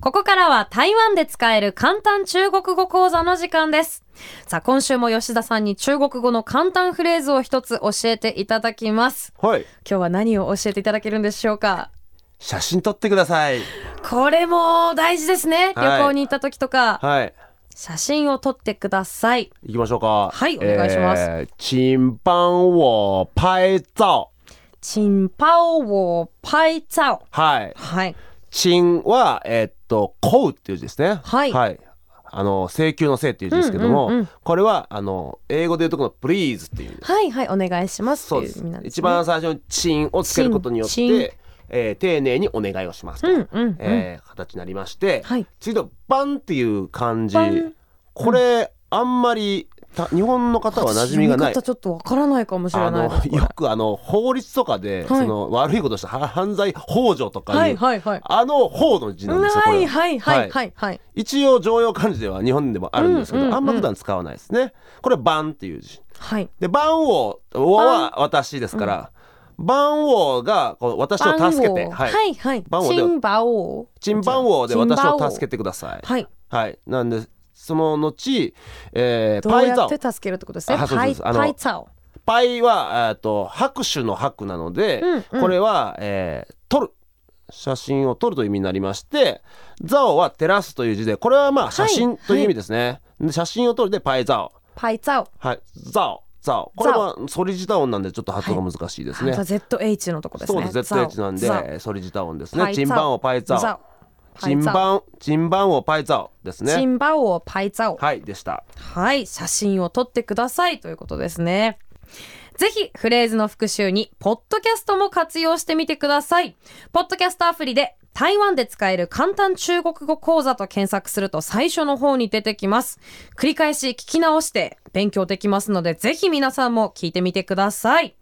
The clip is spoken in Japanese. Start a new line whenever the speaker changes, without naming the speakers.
ここからは台湾で使える簡単中国語講座の時間です。さあ、今週も吉田さんに中国語の簡単フレーズを一つ教えていただきます。
はい。
今日は何を教えていただけるんでしょうか
写真撮ってください。
これも大事ですね。旅
はい
行に行った時とか、
はい。
写真を撮ってください。
行きましょうか。
はいお願いします
えー。请帮我拍照。
チンパオをパイツァオ。
はい。
はい。
請は、えーっと、こうっていう字ですね。
はい
あの、請求のせいっていう字ですけども、
うんうんうん
これは、あの、英語でいうとこの、please っていう。
はいはい、お願いします
そ
っ
う
て
で
い
す。
う意味なんです、ね。
一番最初に請をつけることによっ
請
て、えー丁寧にお願いをしますと、
うんうんうん
えー形になりまして、
はい
次の「バン」っていう漢字
バン
これ、あんまりた日本の方は馴染みがない
私読み方。ちょっとわからないかもしれ
あ
ない
の
です。これ
よくあの法律とかで、
はい
その悪いことしたは犯罪幇助とかいう、
はいはいはい。
あの法の字なんですよこ
は
れ
い
は
はいはいはいはい。
一応常用漢字では日本でもあるんですけど、
うんうんうん
あんま普段使わないですねこれ「バン」っていう字
はい。
で番王は私ですから、番王がこう私を助け
番
て、
号
は、
はいいはい。
番号で
チンバオ。
チン番王で私を助け
て。
てください。
はい。
はい、なんでその後、えー
ど
パ
う
イ
や
ザ
っ
オ
て助けるってことですね。
あそう
パ
で
イ
すあの
パイツァオ。
パイはえーと拍手の拍なので、
うんうん
これは、えー撮る写真を撮るという意味になりましてザオは照らすという字でこれはまあ写真という意味ですね、で写真を撮るでパイザオ
パイツァオ。
はいザオザオこれはソリジタ音なんでちょっと発音が難しいですね、
あとは ZH のとこです
そう
ね。
です絶対値なんでえーソリジタ音ですねチンバンを
を
パイザオチンバンチンバンをパイザオで
チ
すね
ンバオをパイツァオ。
はいでした
はい、写真を撮ってくださいということですね。ぜひフレーズの復習に、ポッドキャストも活用してみてください。ポッドキャストアプリで、台湾で使える簡単中国語講座と検索すると最初の方に出てきます。繰り返し聞き直して勉強できますので、ぜひ皆さんも聞いてみてください。